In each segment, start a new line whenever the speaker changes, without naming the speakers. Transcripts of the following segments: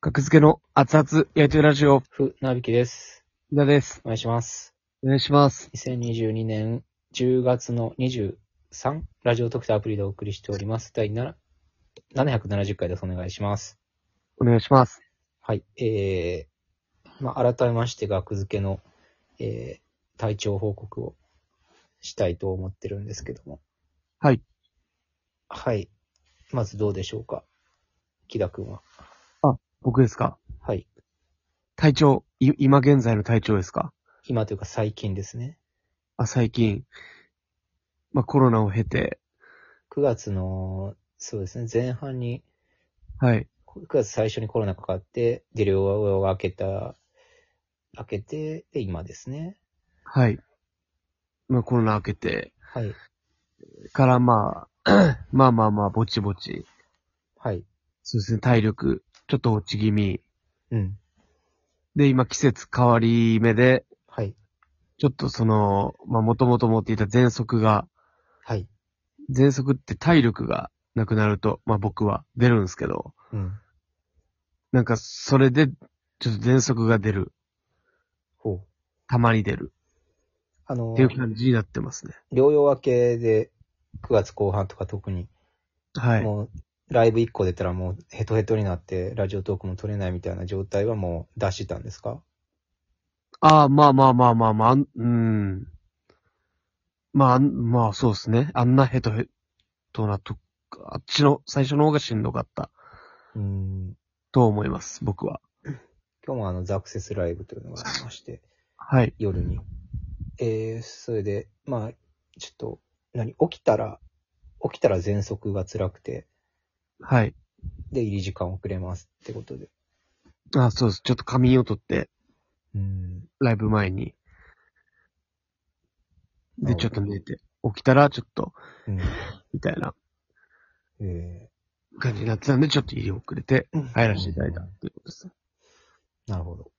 格付けの熱々焼いてるラジオ、
ふ、なびきです。
みなです。
お願いします。
お願いします。
2022年10月の 23? ラジオ特定アプリでお送りしております。第7 770回です。お願いします。
お願いします。
はい。えー、まあ、改めまして、学付けの、えー、体調報告をしたいと思ってるんですけども。
はい。
はい。まずどうでしょうか木田くんは。
僕ですか
はい。
体調、い、今現在の体調ですか
今というか最近ですね。
あ、最近、まあ、コロナを経て、
9月の、そうですね、前半に
はい、
9月最初にコロナかかって、で、療養が明けた、明けて、で、今ですね。
はい。まあ、コロナ明けて、
はい。
からまあ、 まあまあまあ、ぼちぼち。
はい。
そうですね、体力、ちょっと落ち気味。
うん。
で、今季節変わり目で、
はい。
ちょっとその、まあ、もともと持っていた喘息が、
はい。
喘息って体力がなくなると、まあ僕は出るんですけど、
うん。
なんかそれで、ちょっと喘息が出る。
ほう。
たまに出る。
あの
っていう、感じになってますね。
療養明けで、9月後半とか特に、
はい。
もう、ライブ1個出たらもう、ヘトヘトになって、ラジオトークも撮れないみたいな状態はもう出してたんですか
ああ、まあまあまあまあまあ、あんうん。まあ、あんまあそうですね。あんなヘトヘトなと、あっちの最初の方がしんどかった
うん。
と思います、僕は。
今日もあの、ザクセスライブというのがありまして、
はい。
夜に。えー、それで、まあ、ちょっと、何、起きたら、起きたら喘息が辛くて、
はい。
で、入り時間遅れますってことで。
あそうです。ちょっと仮眠を取って、
うん。
ライブ前に。で、
あ
ちょっと寝て、起きたらちょっと、
うん。
みたいな
え
感じになってたんで、ちょっと入り遅れて
ー、
入らせていただいたっていうことです。
なるほど。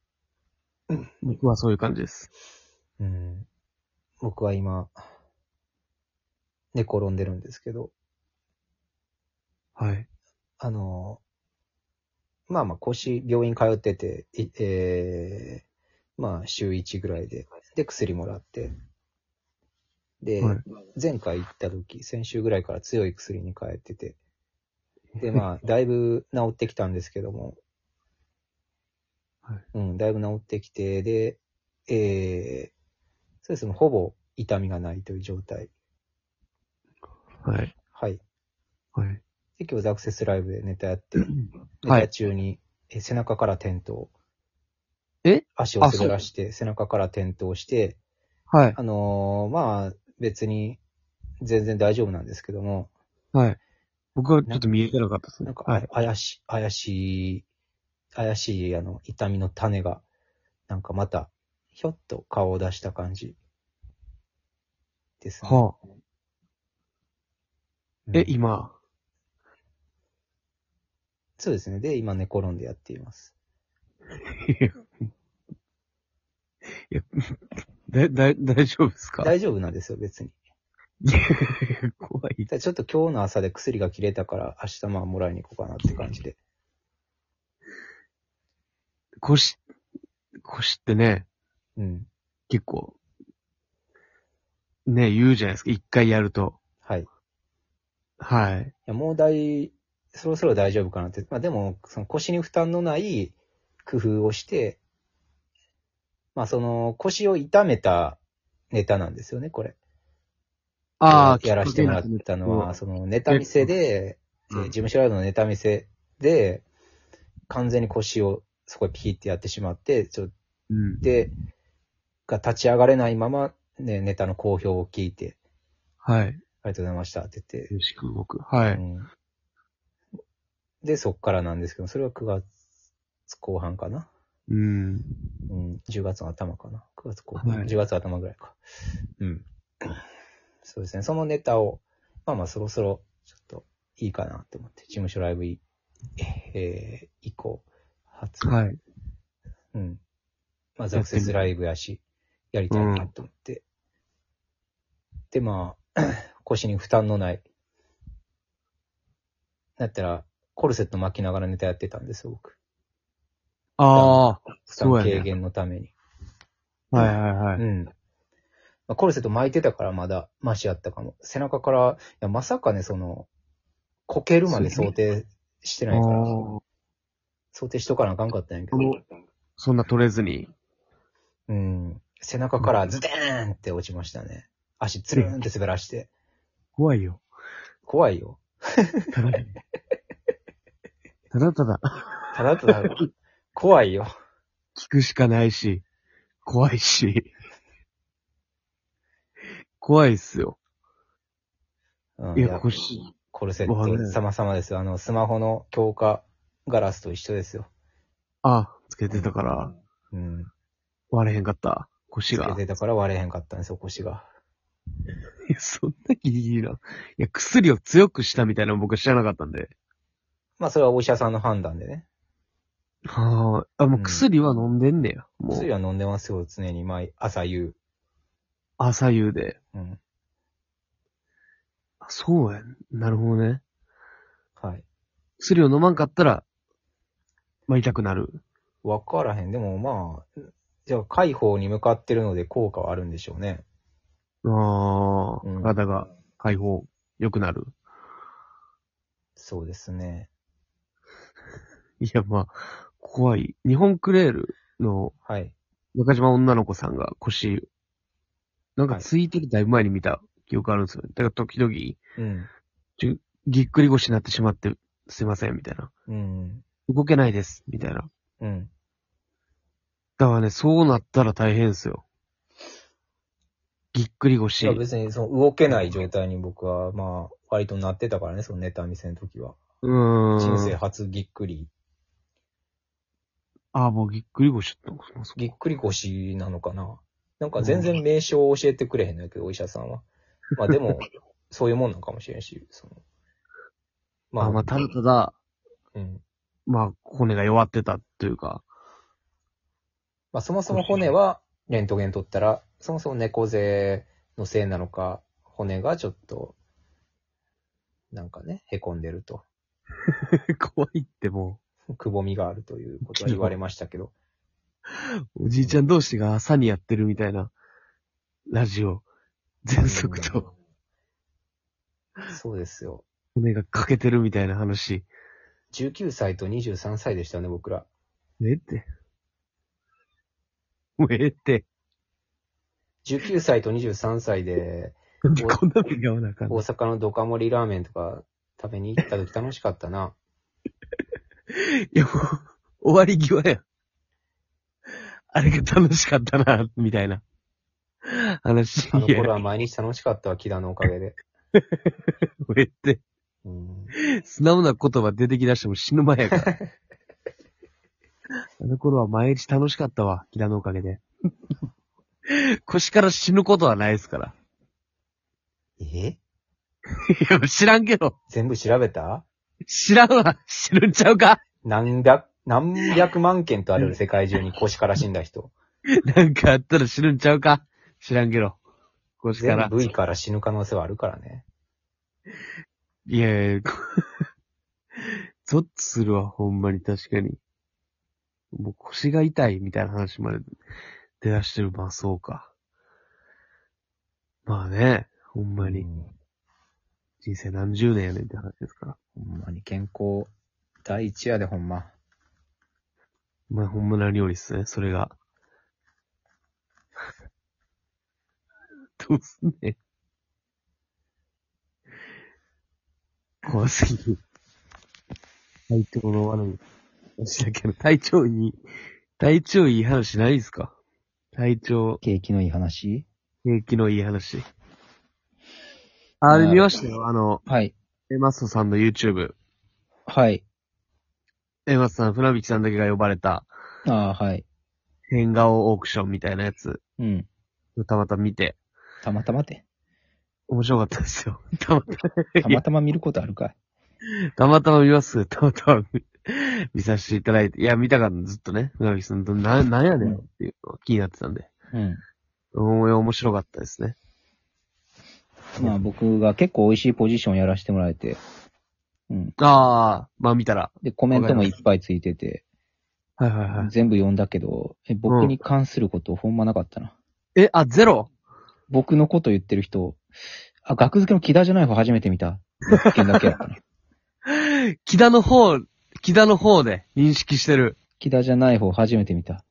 僕はそういう感じです。
うん。僕は今、寝転んでるんですけど、
はい。
あの、まあまあ腰、病院通ってて、いえー、まあ週1ぐらいで、で薬もらって、で、
はい
前回行った時、先週ぐらいから強い薬に変えてて、 でまあ、だいぶ治ってきたんですけども、
はい
うん、だいぶ治ってきて、で、えー、そうですね、ほぼ痛みがないという状態。
はい。
はい。
はい。
で、今日ザクセスライブでネタやって、ネ
はい
タ中に、え背中から転倒。
え
足を滑らして、背中から転倒して、
はい。
あのーまあ、別に、全然大丈夫なんですけども、
はい。僕はちょっと見えてなかったですね
なん。か、
はい。
あ怪しい、怪しい、怪しい、あの、痛みの種が、なんかまた、ひょっと顔を出した感じ。ですね。
はあ。
うん
え、今。
そうですね。で、今寝転んでやっています。
いや、だ、だ、 大丈夫ですか
大丈夫なんですよ、別に。
いや怖い。
ただちょっと今日の朝で薬が切れたから、明日まあもらいに行こうかなって感じで。
腰、腰ってね、
うん。
結構、ね、言うじゃないですか。一回やると。
はい。い
はい。
やもう大、そろそろ大丈夫かなって。まあでも、その腰に負担のない工夫をして、まあその腰を痛めたネタなんですよね、これ。
ああ、
やらせてもらっ
きっかけ
た
にな
のは、
って
そのネタ見せで、
う
え
ん
ー事務所ライブのネタ見せで、完全に腰をそこへピーってやってしまって、ちょっと
うん。
で、が立ち上がれないまま、ね、ネタの好評を聞いて、
はい。よ
ありがとうございましたって言って、
ろしく動く。は
う
い。
んで、そっからなんですけど、それは9月後半かな、
うん。
うん、?10 月の頭かな ?9 月後半、
はい
10月頭ぐらいか。うん。そうですね。そのネタを、まあまあそろそろちょっといいかなって思って、事務所ライブい、えー以降、初、
はい。
うん。まあ、ザクセスライブやし、やりたいなと思って。で、まあ、 腰に負担のない。だったら、コルセット巻きながらネタやってたんですよ、僕。
ああ、
負担
そうやね
軽減のために。
はいはいは
う
い。
ん。まあコルセット巻いてたからまだマシやったかも。背中から、いや、まさかね、その、こけるまで想定してないから、
ああ
想定しとかなあかんかったんやけど
こ、のそんな取れずに。
うん。背中からズデーンって落ちましたね。足つるんって滑らして。
怖いよ。
怖いよ。
ただ、ただただ
ただただ、 怖いよ。
聞くしかないし、怖いし。怖いっすよ。
うん
いや、腰、
コルセ
わかんな
ット
い
様々ですよ。あの、スマホの強化ガラスと一緒ですよ。
あ、つけてたから、
うん。
割れへんかった。腰
つ
が
け。てたから割れへんかったんですよ、腰が。
いや、そんなギリギリな。いや、薬を強くしたみたいなの僕は知らなかったんで。
まあ、それはお医者さんの判断でね。
はあ、あ、もう薬は飲んでんねや。も
薬
う、
は飲んでますよ、常に毎朝夕。
朝夕で。
うん。
あそうやん。なるほどね。
はい。
薬を飲まんかったら、まあ、痛くなる。
わからへん。でもまあ、じゃあ解放に向かってるので効果はあるんでしょうね。
ああ、
うん
体が解放、良くなる。
そうですね。
いや、まあ、怖い。日本クレールの
はい。
中島女の子さんが腰、なんかついてるだいぶ前に見た記憶あるんですよね。だから時々、
うん。
ぎっくり腰になってしまって、すいません、みたいな。
うん。
動けないです、みたいな。
うん。
だからね、そうなったら大変ですよ。ぎっくり
い
腰
や。別にその動けない状態に僕はまあ、割となってたからね、そのネタ見せの時は。
うーん。
人生初ぎっくり。
ああ、もうぎっくり腰ってのかなそっか
ぎっくり腰なのかななんか全然名称を教えてくれへんのやけど、お医者さん は。まあでも、そういうもんなんかもしれんし、その。
あ、まあ、ただただ、
うん。
まあ、骨が弱ってたというか。
まあそもそも骨はレントゲン取ったら、そもそも猫背のせいなのか、骨がちょっと、なんかね、凹んでると、
怖いっても
くぼみがあるという ことは言われましたけど、
う、おじいちゃん同士が朝にやってるみたいな、ラジオ。全速と
そうですよ。
骨が欠けてるみたいな話。
19歳と23歳でしたね、僕ら。
ねって。もうええ って。
19歳と23歳で、
なんでこんな目に合わなあかんの
大阪のドカ盛りラーメンとか食べに行った時楽しかったな。
いやもう、終わり際やん。あれが楽しかったな、みたいな。話
あの
いや
頃 は毎日楽しかったわ、木田のおかげで。
俺って、
うん、
素直な言葉出てきだしても死ぬ前やから。あの頃は毎日楽しかったわ、木田のおかげで。腰から死ぬことはないですから。
え
いや、知らんけど。
全部調べた
知らんわ。死ぬんちゃうか
何百、何百万件とある世界中に腰から死んだ人。
なんかあったら死ぬんちゃうか知らんけど。腰か
全
ら。
部位から死ぬ可能性はあるからね。
いやいや、 こゾッとするわ、ほんまに確かに。もう腰が痛いみたいな話まで出だしてる。まあそうか。まあね、ほんまに
う。ん
人生何十年やねんって話ですから。
ほんまに健康第一やで、ほんま。
まあほんま何よりっすね、それが。 どうすんねん。怖すぎる。体調の悪い話だけど、体調いい、体調いい話ないですか体調、
景気のいい話
景気のいい話。あれ見ましたよ、あの、
はい。
エマストさんの YouTube。
はい。
エマストさん、船引さんだけが呼ばれた、
ああ、はい。
変顔オークションみたいなやつ、
うん。
たまたま見て、
たまたまて。
面白かったですよ。たまた
たまたま見ることあるかい。
ま、たまたま見ます。たまたま見見させていただいて。いや、見たかった、ずっとね。船木さんと、な、なんやねんっていうのが気になってたんで。
うん。
うん、面白かったですね。
まあ僕が結構美味しいポジションやらせてもらえて、うん。
ああ、まあ見たら。
で、コメントもいっぱいついてて、
はいはいは
全部読んだけど、え僕に関することほんまなかったな。
い。え、あ、ゼロ
僕のこと言ってる人、あ、学付けの木田じゃない方初めて見た。一件だけやっ たな。
木田の方、木田の方で認識してる。
木田じゃない方初めて見た。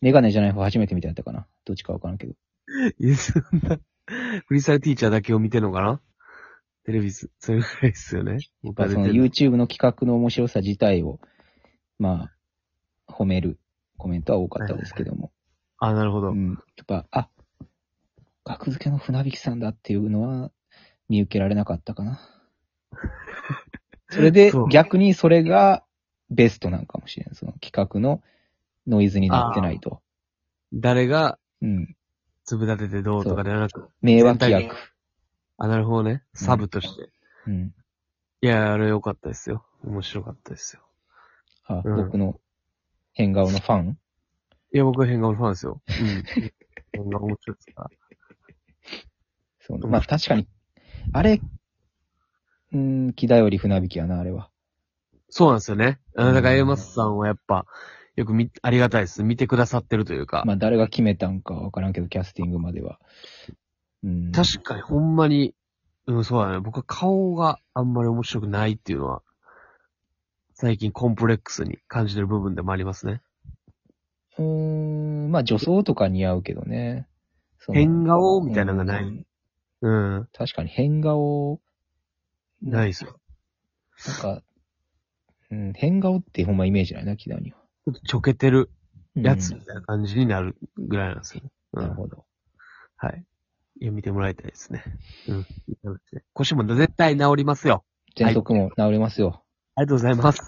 メガネじゃない方初めて見たやったかな。どっちかわからんけど。
いや、そんな、フリーサルティーチャーだけを見てんのかなテレビす、それぐらいですよね。持
まあその YouTube の企画の面白さ自体を、まあ、褒めるコメントは多かったですけども。
あ、なるほど。
うん。やっぱ、あ、学付けの船引きさんだっていうのは見受けられなかったかな。それ で
そう
逆にそれがベストなんかもしれない。その企画のノイズになってないと。
誰が、
うん。
粒立ててどうとかではなく。
名脇
全体
役
的。あ、なるほどね。サブとして。
うん。
いや、あれ良かったですよ。面白かったですよ。
あ、
うん
僕の変顔のファン
いや、僕は変顔のファンですよ。うん。変顔面白いですか
そうね
うん
まあ確かに、あれ、うん、木田より船引きやな、あれは。
そうなんですよね。あのだから、エマスさんはやっぱ、よく見、ありがたいです。見てくださってるというか。
まあ誰が決めたんかわからんけど、キャスティングまでは。うん。
確かに、ほんまに、うん、そうだね。僕は顔があんまり面白くないっていうのは、最近コンプレックスに感じてる部分でもありますね。
うーん、まあ女装とか似合うけどね。その
変顔みたいなのがない
うん
うん。
確かに変顔、
ないですよ。
なんか、うん、変顔ってほんまイメージないな、木田には。
ちょっとちょけてるやつ
う
み
ん
たいな感じになるぐらいなんですよね。う
なる
ん。
ほど。
はい。いや、見てもらいたいですね。うん。見てもらいたい腰も絶対治りますよ。
喘息も治りますよ。
ありがとうございます。